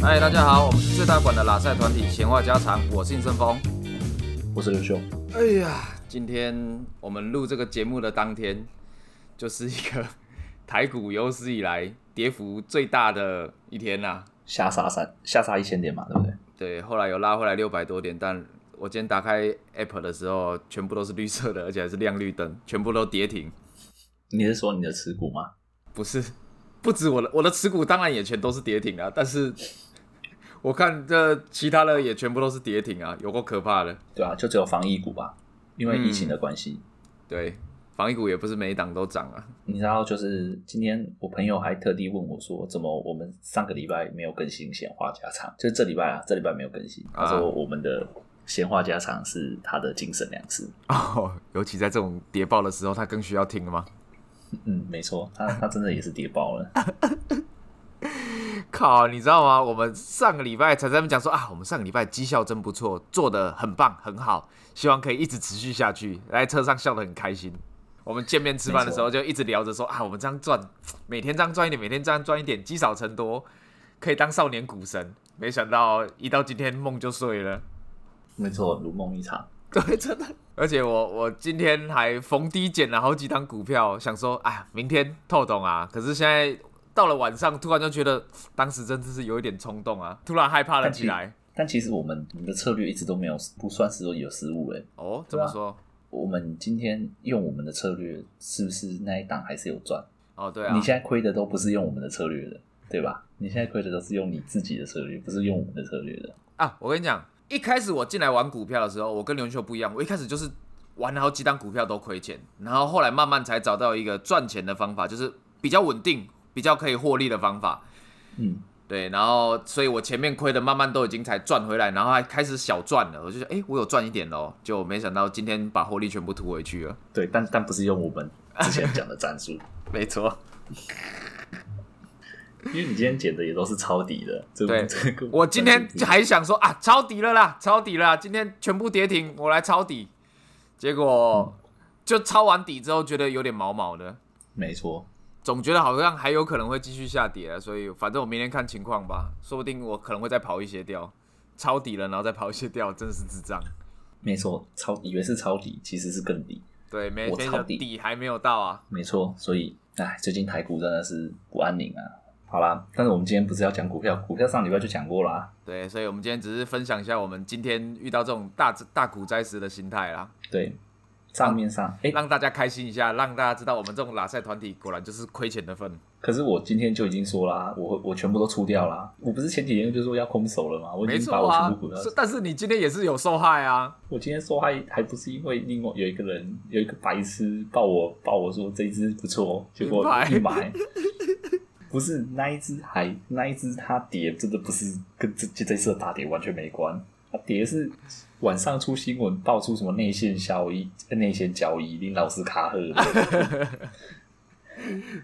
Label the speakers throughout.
Speaker 1: 嗨，大家好，我们是最大馆的拉塞团体闲话家常，我是尹胜峰。
Speaker 2: 我是刘兄，
Speaker 1: 哎呀，今天我们录这个节目的当天，就是一个台股有史以来跌幅最大的一天呐、
Speaker 2: 下杀三下杀一千点嘛，对不对？
Speaker 1: 对，后来有拉回来六百多点，但我今天打开 App 的时候，全部都是绿色的，而且还是亮绿灯，全部都跌停。
Speaker 2: 你是说你的持股吗？
Speaker 1: 不是，不止我的，我的持股当然也全都是跌停啊，但是我看这其他的也全部都是跌停啊，有够可怕的。
Speaker 2: 对啊，就只有防疫股吧，因为疫情的关系。
Speaker 1: 对，防疫股也不是每一档都涨啊。
Speaker 2: 你知道，就是今天我朋友还特地问我说，怎么我们上个礼拜没有更新闲话家常？就是这礼拜啊，这礼拜没有更新。他说我们的闲话家常是他的精神粮食。
Speaker 1: 哦，尤其在这种谍报的时候，它更需要听了吗？
Speaker 2: 嗯，没错，他他真的也是跌爆了。
Speaker 1: 靠，你知道吗？我们上个礼拜才在那边讲说啊，我们上个礼拜绩效真不错，做的很棒，很好，希望可以一直持续下去。来车上笑得很开心。我们见面吃饭的时候就一直聊着说啊，我们这样赚，每天这样赚一点，每天这样赚一点，积少成多，可以当少年股神。没想到一到今天梦就碎了。
Speaker 2: 没错，如梦一场。
Speaker 1: 对，真的。而且我我今天还逢低捡了好几档股票，想说啊，明天透懂啊。可是现在到了晚上，突然就觉得当时真的是有一点冲动啊，突然害怕了起来。
Speaker 2: 但其实我们我们的策略一直都没有不算是说有失误欸诶、
Speaker 1: 哦，怎么说？
Speaker 2: 我们今天用我们的策略，是不是那一档还是有赚？
Speaker 1: 哦，对啊
Speaker 2: 你，现在亏的都不是用我们的策略的，对吧？你现在亏的都是用你自己的策略，不是用我们的策略的。
Speaker 1: 啊，我跟你讲，一开始我进来玩股票的时候，我跟刘秀不一样，我一开始就是玩好几档股票都亏钱，然后后来慢慢才找到一个赚钱的方法，就是比较稳定、比较可以获利的方法。
Speaker 2: 嗯，
Speaker 1: 对，然后所以我前面亏的慢慢都已经才赚回来，然后还开始小赚了，我就觉得哎，我有赚一点喽，就没想到今天把获利全部吐回去了。
Speaker 2: 对，但但不是用我们之前讲的战 术，
Speaker 1: 没错，
Speaker 2: 因为你今天捡的也都是抄底的。这
Speaker 1: 对
Speaker 2: 这个
Speaker 1: 我今天还想说啊，抄底了啦，抄底了啦，今天全部跌停，我来抄底，结果就抄完底之后觉得有点毛毛的，
Speaker 2: 没错，
Speaker 1: 总觉得好像还有可能会继续下跌啊，所以反正我明天看情况吧，说不定我可能会再跑一些掉，抄底了然后再跑一些掉，真是智障。
Speaker 2: 没错，抄以为是抄底，其实是更底。
Speaker 1: 对，没
Speaker 2: 我
Speaker 1: 没
Speaker 2: 抄
Speaker 1: 想
Speaker 2: 底
Speaker 1: 底还没有到啊。
Speaker 2: 没错，所以哎，最近台股真的是不安宁啊。好啦，但是我们今天不是要讲股票，股票上礼拜就讲过啦。
Speaker 1: 对，所以我们今天只是分享一下我们今天遇到这种大大股灾时的心态啦，
Speaker 2: 对，账面上，哎、
Speaker 1: 让大家开心一下，让大家知道我们这种拉塞团体果然就是亏钱的份。
Speaker 2: 可是我今天就已经说啦，我我全部都出掉啦。我不是前几天就说要空手了吗？我
Speaker 1: 没
Speaker 2: 已经把
Speaker 1: 错
Speaker 2: 我全
Speaker 1: 啊
Speaker 2: 部股票，
Speaker 1: 是但是你今天也是有受害啊。
Speaker 2: 我今天受害还不是因为另外有一个人有一个白痴报我报我说这一只不错，结果
Speaker 1: 明白
Speaker 2: 一买，不是那一只还那一只它跌真的不是跟这这这次的大跌完全没关，它跌是晚上出新闻爆出什么内线交易呃内线交易令老师卡赫，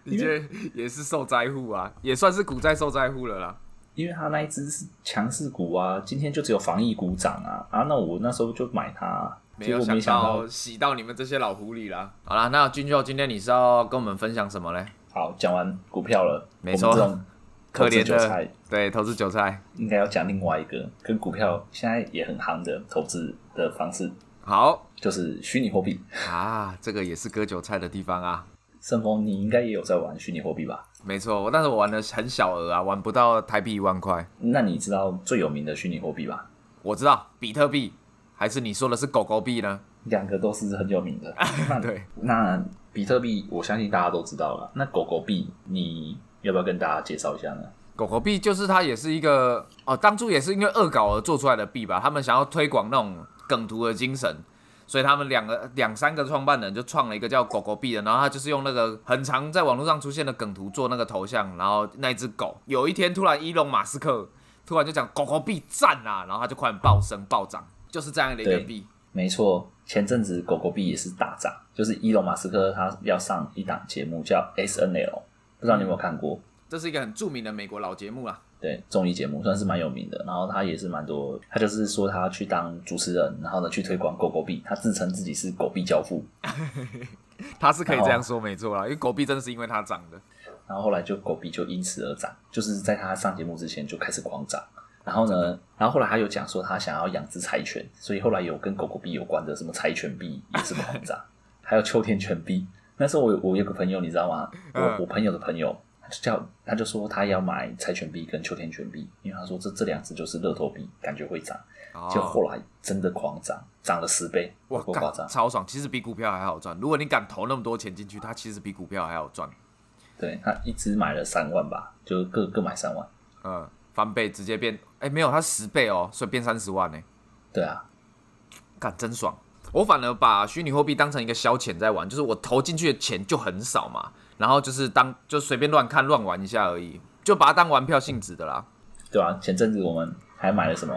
Speaker 1: 你今天也是受灾户啊，也算是股灾受灾户了啦。
Speaker 2: 因为它那一只是强势股啊，今天就只有防疫股涨啊啊，那我那时候就买它啊，
Speaker 1: 没
Speaker 2: 结
Speaker 1: 有
Speaker 2: 果
Speaker 1: 想
Speaker 2: 没想到
Speaker 1: 到洗到你们这些老狐狸啦。好啦，那君秀今天你是要跟我们分享什么嘞？
Speaker 2: 好讲完股票了，
Speaker 1: 没错
Speaker 2: 我们这种
Speaker 1: 可怜
Speaker 2: 投资韭菜
Speaker 1: 的，对，投资韭菜。
Speaker 2: 应该要讲另外一个跟股票现在也很行的投资的方式，
Speaker 1: 好
Speaker 2: 就是虚拟货币。
Speaker 1: 啊，这个也是割韭菜的地方啊。
Speaker 2: 盛峰，你应该也有在玩虚拟货币吧？
Speaker 1: 没错，我但是我玩的很小额啊，玩不到台币一万块。
Speaker 2: 那你知道最有名的虚拟货币吧？
Speaker 1: 我知道比特币，还是你说的是狗狗币呢？
Speaker 2: 两个都是很有名 的。那
Speaker 1: 对，
Speaker 2: 那比特币，我相信大家都知道了。那狗狗币，你要不要跟大家介绍一下呢？
Speaker 1: 狗狗币就是它也是一个哦，当初也是因为恶搞而做出来的币吧。他们想要推广那种梗图的精神，所以他们两个两三个创办人就创了一个叫狗狗币的，然后他就是用那个很常在网络上出现的梗图做那个头像，然后那一只狗。有一天突然伊隆马斯克突然就讲狗狗币赞啦，然后它就快点暴升暴涨，就是这样的一个
Speaker 2: 对
Speaker 1: 币。
Speaker 2: 没错，前阵子狗狗币也是大涨，就是伊隆马斯克他要上一档节目叫 S N L，不知道你有没有看过？
Speaker 1: 这是一个很著名的美国老节目啦。
Speaker 2: 对综艺节目算是蛮有名的，然后他也是蛮多，他就是说他去当主持人，然后呢去推广狗狗币，他自称自己是狗币教父，
Speaker 1: 他是可以这样说没错啦，因为狗币真的是因为它涨的。
Speaker 2: 然后后来就狗币就因此而涨，就是在他上节目之前就开始狂涨。然后呢，然后后来他有讲说他想要养只柴犬，所以后来有跟狗狗币有关的什么柴犬币也是狂涨， 还有秋田犬币。那时候我有我有个朋友，你知道吗？我
Speaker 1: 嗯
Speaker 2: 我朋友的朋友，他就叫他就说他要买柴犬币跟秋田犬币，因为他说这这两只就是乐透币，感觉会涨。就
Speaker 1: 哦，
Speaker 2: 后来真的狂涨，涨了十倍，有
Speaker 1: 哇，
Speaker 2: 够夸
Speaker 1: 干
Speaker 2: 张。
Speaker 1: 超爽，其实比股票还好赚。如果你敢投那么多钱进去，它其实比股票还好赚。
Speaker 2: 对他一只买了三万吧，就各各买三万。
Speaker 1: 嗯，翻倍直接变，哎、没有，它十倍哦，所以变三十万呢、
Speaker 2: 对啊，
Speaker 1: 干真爽！我反而把虚拟货币当成一个消遣在玩，就是我投进去的钱就很少嘛，然后就是当就随便乱看乱玩一下而已，就把它当玩票性质的啦。
Speaker 2: 对啊，前阵子我们还买了什么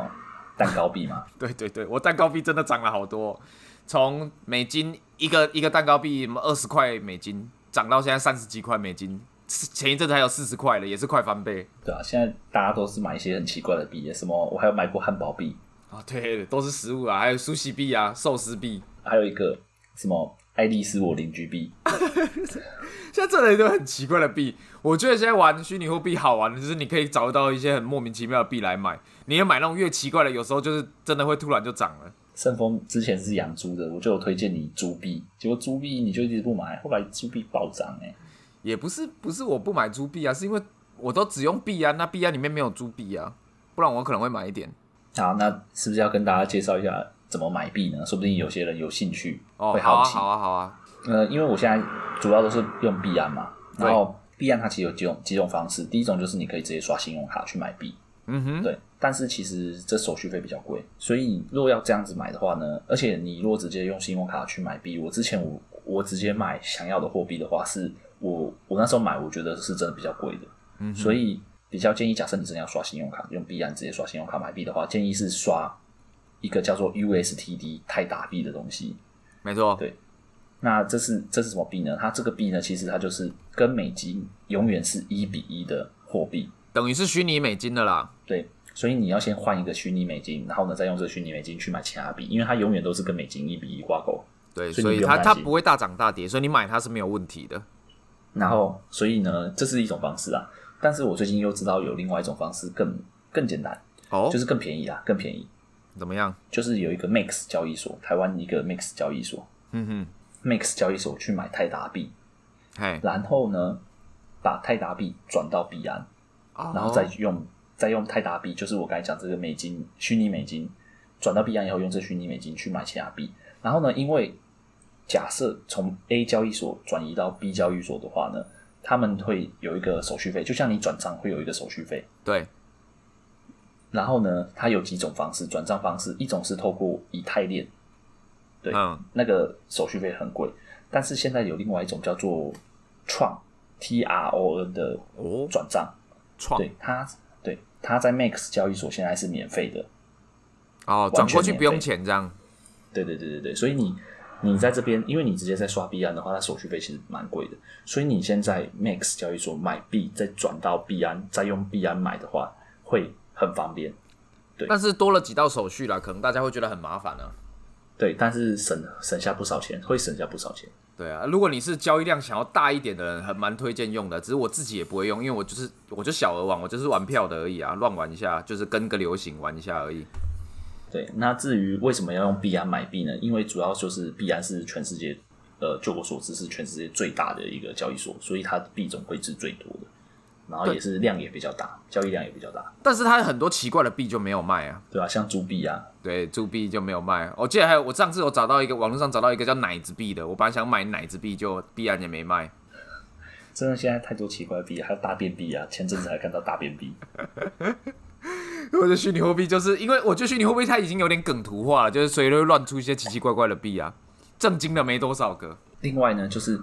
Speaker 2: 蛋糕币嘛，
Speaker 1: 对对对，我蛋糕币真的涨了好多哦、从美金一个一个蛋糕币二十块美金涨到现在三十几块美金，前一阵子还有四十块了，也是快翻倍
Speaker 2: 对啊，现在大家都是买一些很奇怪的币，什么我还有买过汉堡币，
Speaker 1: 啊！对，都是食物啊，还有苏西币啊、寿司币，
Speaker 2: 还有一个什么爱丽丝我邻居币，
Speaker 1: 现在这类都很奇怪的币，我觉得现在玩虚拟货币好玩的就是你可以找到一些很莫名其妙的币来买，你也买那种越奇怪的，有时候就是真的会突然就涨了。
Speaker 2: 盛丰之前是养猪的，我就有推荐你猪币，结果猪币你就一直不买，后来猪币暴涨哎、
Speaker 1: 也不是不是我不买猪币啊，是因为我都只用币啊，那币啊里面没有猪币啊，不然我可能会买一点。
Speaker 2: 好，那是不是要跟大家介绍一下怎么买币呢？说不定有些人有兴趣，
Speaker 1: 哦
Speaker 2: 会，
Speaker 1: 好
Speaker 2: 好
Speaker 1: 啊，
Speaker 2: 奇。
Speaker 1: 好啊，好啊，
Speaker 2: 呃，因为我现在主要都是用币安嘛，
Speaker 1: 对
Speaker 2: 然后币安它其实有几种几种方式，第一种就是你可以直接刷信用卡去买币，
Speaker 1: 嗯哼，
Speaker 2: 对，但是其实这手续费比较贵，所以如果要这样子买的话呢，而且你如果直接用信用卡去买币，我之前我我直接买想要的货币的话，是我我那时候买我觉得是真的比较贵的，
Speaker 1: 嗯哼
Speaker 2: 所以比较建议，假设你真的要刷信用卡，用币啊安直接刷信用卡买币的话，建议是刷一个叫做 USTD 泰达币的东西，
Speaker 1: 没错
Speaker 2: 对，那这是这是什么币呢？它这个币呢，其实它就是跟美金永远是一比一的货币，
Speaker 1: 等于是虚拟美金的啦。
Speaker 2: 对，所以你要先换一个虚拟美金，然后呢再用这个虚拟美金去买其他币，因为它永远都是跟美金一比一挂钩。
Speaker 1: 对，
Speaker 2: 所以
Speaker 1: 所
Speaker 2: 你
Speaker 1: 以
Speaker 2: 不用
Speaker 1: 它
Speaker 2: 担
Speaker 1: 它
Speaker 2: 心
Speaker 1: 不会大涨大跌，所以你买它是没有问题的。
Speaker 2: 然后，所以呢，这是一种方式啊。但是我最近又知道有另外一种方式更更简单，
Speaker 1: 哦，
Speaker 2: 就是更便宜啦，更便宜，
Speaker 1: 怎么样？
Speaker 2: 就是有一个 Max 交易所，台湾一个 Max 交易所
Speaker 1: 嗯哼，
Speaker 2: ，Max 交易所去买泰达币，
Speaker 1: 嘿，
Speaker 2: 然后呢把泰达币转到币安。然
Speaker 1: 然
Speaker 2: 后再用再用泰达币，就是我刚才讲这个美金虚拟美金转到币安以后，用这虚拟美金去买其他币。然后呢，因为假设从 A 交易所转移到 B 交易所的话呢，他们会有一个手续费，就像你转账会有一个手续费。
Speaker 1: 对，
Speaker 2: 然后呢，它有几种方式转账方式，一种是透过以太链，对
Speaker 1: 嗯，
Speaker 2: 那个手续费很贵，但是现在有另外一种叫做创 T R O N 的
Speaker 1: 哦，
Speaker 2: 转账，
Speaker 1: 创
Speaker 2: 对它，对它在 Max 交易所现在是免费的。
Speaker 1: 哦，
Speaker 2: 完
Speaker 1: 转
Speaker 2: 全
Speaker 1: 过去
Speaker 2: 免
Speaker 1: 不用
Speaker 2: 费
Speaker 1: 钱这样。
Speaker 2: 对对对对对，所以你你在这边，因为你直接在刷币安的话，它手续费其实蛮贵的。所以你先在 Max 交易所买币，再转到币安，再用币安买的话，会很方便。对
Speaker 1: 但是多了几道手续啦，可能大家会觉得很麻烦啊。
Speaker 2: 对，但是省省下不少钱，会省下不少钱。
Speaker 1: 对啊，如果你是交易量想要大一点的人，很蛮推荐用的。只是我自己也不会用，因为我就是我就小额玩，我就是玩票的而已啊，乱玩一下，就是跟个流行玩一下而已。
Speaker 2: 对，那至于为什么要用币安买币呢？因为主要就是币安是全世界，呃，就我所知是全世界最大的一个交易所，所以它的币种会是最多的，然后也是量也比较大，交易量也比较大，
Speaker 1: 但是它很多奇怪的币就没有卖啊，
Speaker 2: 对吧、像猪币啊，
Speaker 1: 对，铸币就没有卖。我记得还有，我上次有找到一个网络上找到一个叫奶子币的，我本来想买奶子币，就必然也没卖。
Speaker 2: 真的现在太多奇怪的币，还有大便币啊！前阵子还看到大便币，
Speaker 1: 我觉得虚拟货币就是因为我觉得虚拟货币它已经有点梗图化了，就是所以就会乱出一些奇奇怪怪的币啊，正经的没多少个。
Speaker 2: 另外呢，就是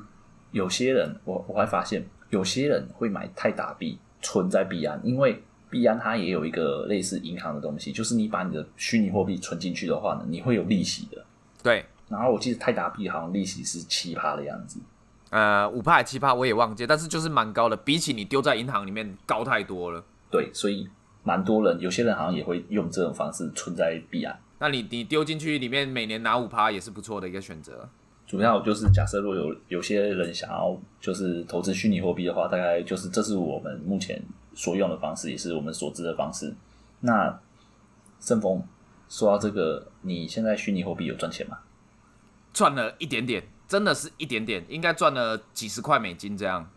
Speaker 2: 有些人，我我还发现有些人会买泰达币存在币安，因为币安它也有一个类似银行的东西，就是你把你的虚拟货币存进去的话呢，你会有利息的。
Speaker 1: 对，
Speaker 2: 然后我记得泰达币好像利息是七趴的样子，
Speaker 1: 呃，五帕七帕我也忘记，但是就是蛮高的，比起你丢在银行里面高太多了。
Speaker 2: 对，所以蛮多人，有些人好像也会用这种方式存在币安。啊
Speaker 1: 那你你丢进去里面每年拿五趴也是不错的一个选择。
Speaker 2: 主要就是假设若有有些人想要就是投资虚拟货币的话，大概就是这是我们目前所用的方式，也是我们所知的方式。那盛峰说到这个，你现在虚拟货币有赚钱吗？
Speaker 1: 赚了一点点，真的是一点点，应该赚了几十块美金这样。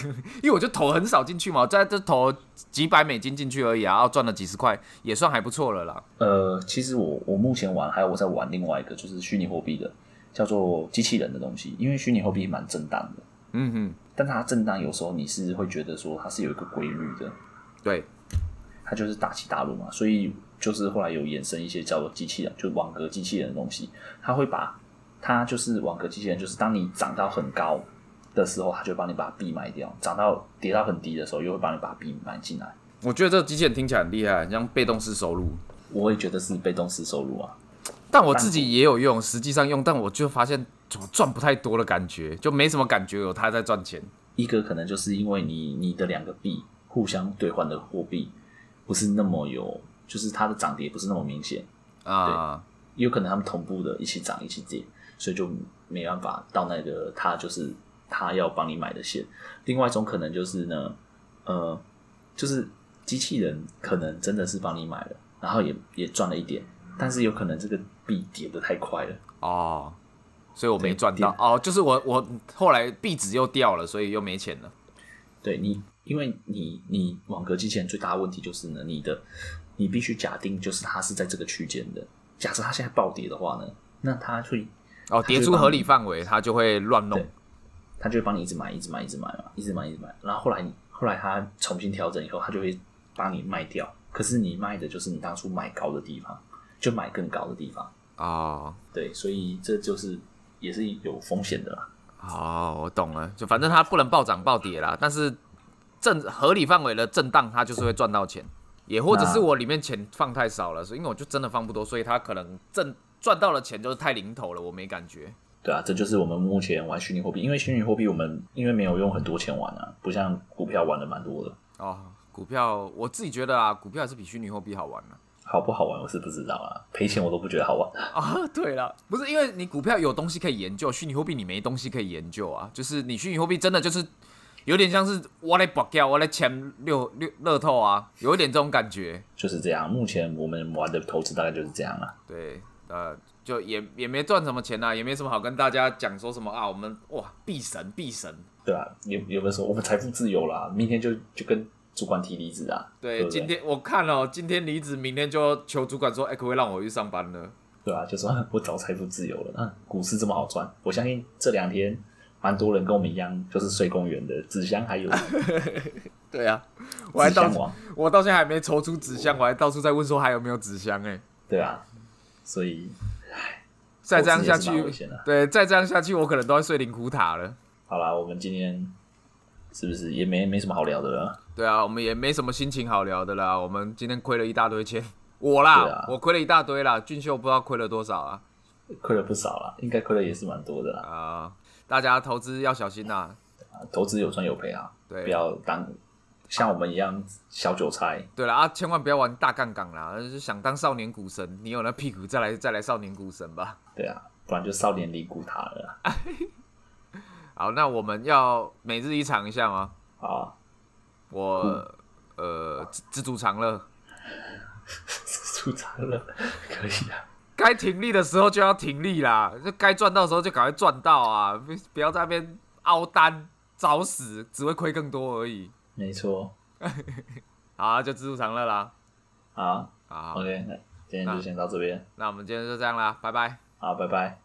Speaker 1: 因为我就投很少进去嘛，我在这投几百美金进去而已啊，然后赚了几十块，也算还不错了啦。
Speaker 2: 呃，其实我我目前玩，还有我在玩另外一个就是虚拟货币的，叫做机器人的东西，因为虚拟货币蛮震荡的，
Speaker 1: 嗯哼，
Speaker 2: 但它震荡有时候你是会觉得说它是有一个规律的，
Speaker 1: 对，
Speaker 2: 它就是大起大落嘛，所以就是后来有衍生一些叫做机器人，就网格机器人的东西，它会把它就是网格机器人，就是当你涨到很高的时候，它就会帮你把币卖掉；涨到跌到很低的时候，又会帮你把币买进来。
Speaker 1: 我觉得这个机器人听起来很厉害，很像被动式收入，
Speaker 2: 我也觉得是被动式收入啊，
Speaker 1: 但我自己也有用，实际上用，但我就发现我赚不太多的感觉，就没什么感觉有他在赚钱。
Speaker 2: 一个可能就是因为你你的两个币互相兑换的货币不是那么有，就是它的涨跌不是那么明显，
Speaker 1: 啊，
Speaker 2: 也有可能他们同步的一起涨一起跌，所以就没办法到那个他就是他要帮你买的线。另外一种可能就是呢，呃，就是机器人可能真的是帮你买了，然后也也赚了一点，但是有可能这个币跌的太快了，
Speaker 1: 哦，所以我没
Speaker 2: 对
Speaker 1: 赚到哦，就是我我后来币值又掉了，所以又没钱了。
Speaker 2: 对你，因为你你网格机器人最大的问题就是呢，你的你必须假定就是它是在这个区间的，假设它现在暴跌的话呢，那它会
Speaker 1: 哦，跌出合理范围，它就会乱弄
Speaker 2: 对。他就会帮你一直买，一直买，一直买嘛，一直买，一直买。然后后来你后来他重新调整以后，他就会帮你卖掉。可是你卖的就是你当初买高的地方，就买更高的地方。
Speaker 1: 哦，
Speaker 2: 对，所以这就是也是有风险的啦。
Speaker 1: 哦，我懂了，就反正它不能暴涨暴跌啦，但是正合理范围的震荡，它就是会赚到钱，也或者
Speaker 2: 那
Speaker 1: 是我里面钱放太少了，所以因为我就真的放不多，所以它可能挣赚到的钱就是太零头了，我没感觉。
Speaker 2: 对啊，这就是我们目前玩虚拟货币，因为虚拟货币我们因为没有用很多钱玩啊，不像股票玩的蛮多的，
Speaker 1: 哦，股票我自己觉得啊，股票还是比虚拟货币好玩啊。
Speaker 2: 好不好玩我是不知道啊，赔钱我都不觉得好玩。
Speaker 1: 啊，对了，不是因为你股票有东西可以研究，虚拟货币你没东西可以研究啊。就是你虚拟货币真的就是有点像是我来博掉，我来签六六乐透啊，有一点这种感觉。
Speaker 2: 就是这样，目啊前我们玩的投资大概就是这样啦、
Speaker 1: 对，呃，就也也没赚什么钱啊，也没什么好跟大家讲说什么啊，我们哇币神币神，
Speaker 2: 对啊，有有没有说我们财富自由啦？明天就就跟主管提离职啊？
Speaker 1: 对，
Speaker 2: 对不对
Speaker 1: 今天我看了、今天离职，明天就求主管说，哎、可不可以让我去上班呢？
Speaker 2: 对啊，就说 我找财富自由了。嗯，股市这么好赚，我相信这两天蛮多人跟我们一样，就是睡公园的纸箱还有纸
Speaker 1: 对啊， 我还到
Speaker 2: 箱王，
Speaker 1: 我到现在还没抽出纸箱，我还到处在问说还有没有纸箱哎、
Speaker 2: 对啊，所以
Speaker 1: 再这样下
Speaker 2: 投资也是
Speaker 1: 去
Speaker 2: 蛮危险的，
Speaker 1: 对，再这样下去，我可能都要睡灵骨塔了。
Speaker 2: 好啦，我们今天是不是也没没什么好聊的了？
Speaker 1: 对啊，我们也没什么心情好聊的啦。我们今天亏了一大堆钱，我啦，
Speaker 2: 对啊
Speaker 1: 我亏了一大堆啦。俊秀不知道亏了多少啊
Speaker 2: 亏了不少啦，应该亏了也是蛮多的啦。
Speaker 1: 啊、大家投资要小心呐、
Speaker 2: 投资有赚有赔啊，
Speaker 1: 对
Speaker 2: 不要当像我们一样小韭菜。
Speaker 1: 对了啊，千万不要玩大杠杆啦，就是想当少年股神，你有那屁股再来再来少年股神吧。
Speaker 2: 对啊，不然就少年离骨塔了啦。
Speaker 1: 好，那我们要每日一场一下吗？
Speaker 2: 好啊、
Speaker 1: 我、呃自自主长乐，
Speaker 2: 出差了，可以啊。
Speaker 1: 该停利的时候就要停利啦，就该赚到的时候就赶快赚到啊，不不要在那边凹单找死，只会亏更多而已。
Speaker 2: 没错，
Speaker 1: 好啊，就自助长乐啦。
Speaker 2: 好
Speaker 1: 好，
Speaker 2: ，OK，那今天就先到这边，
Speaker 1: 那我们今天就这样啦，拜拜。
Speaker 2: 好，拜拜。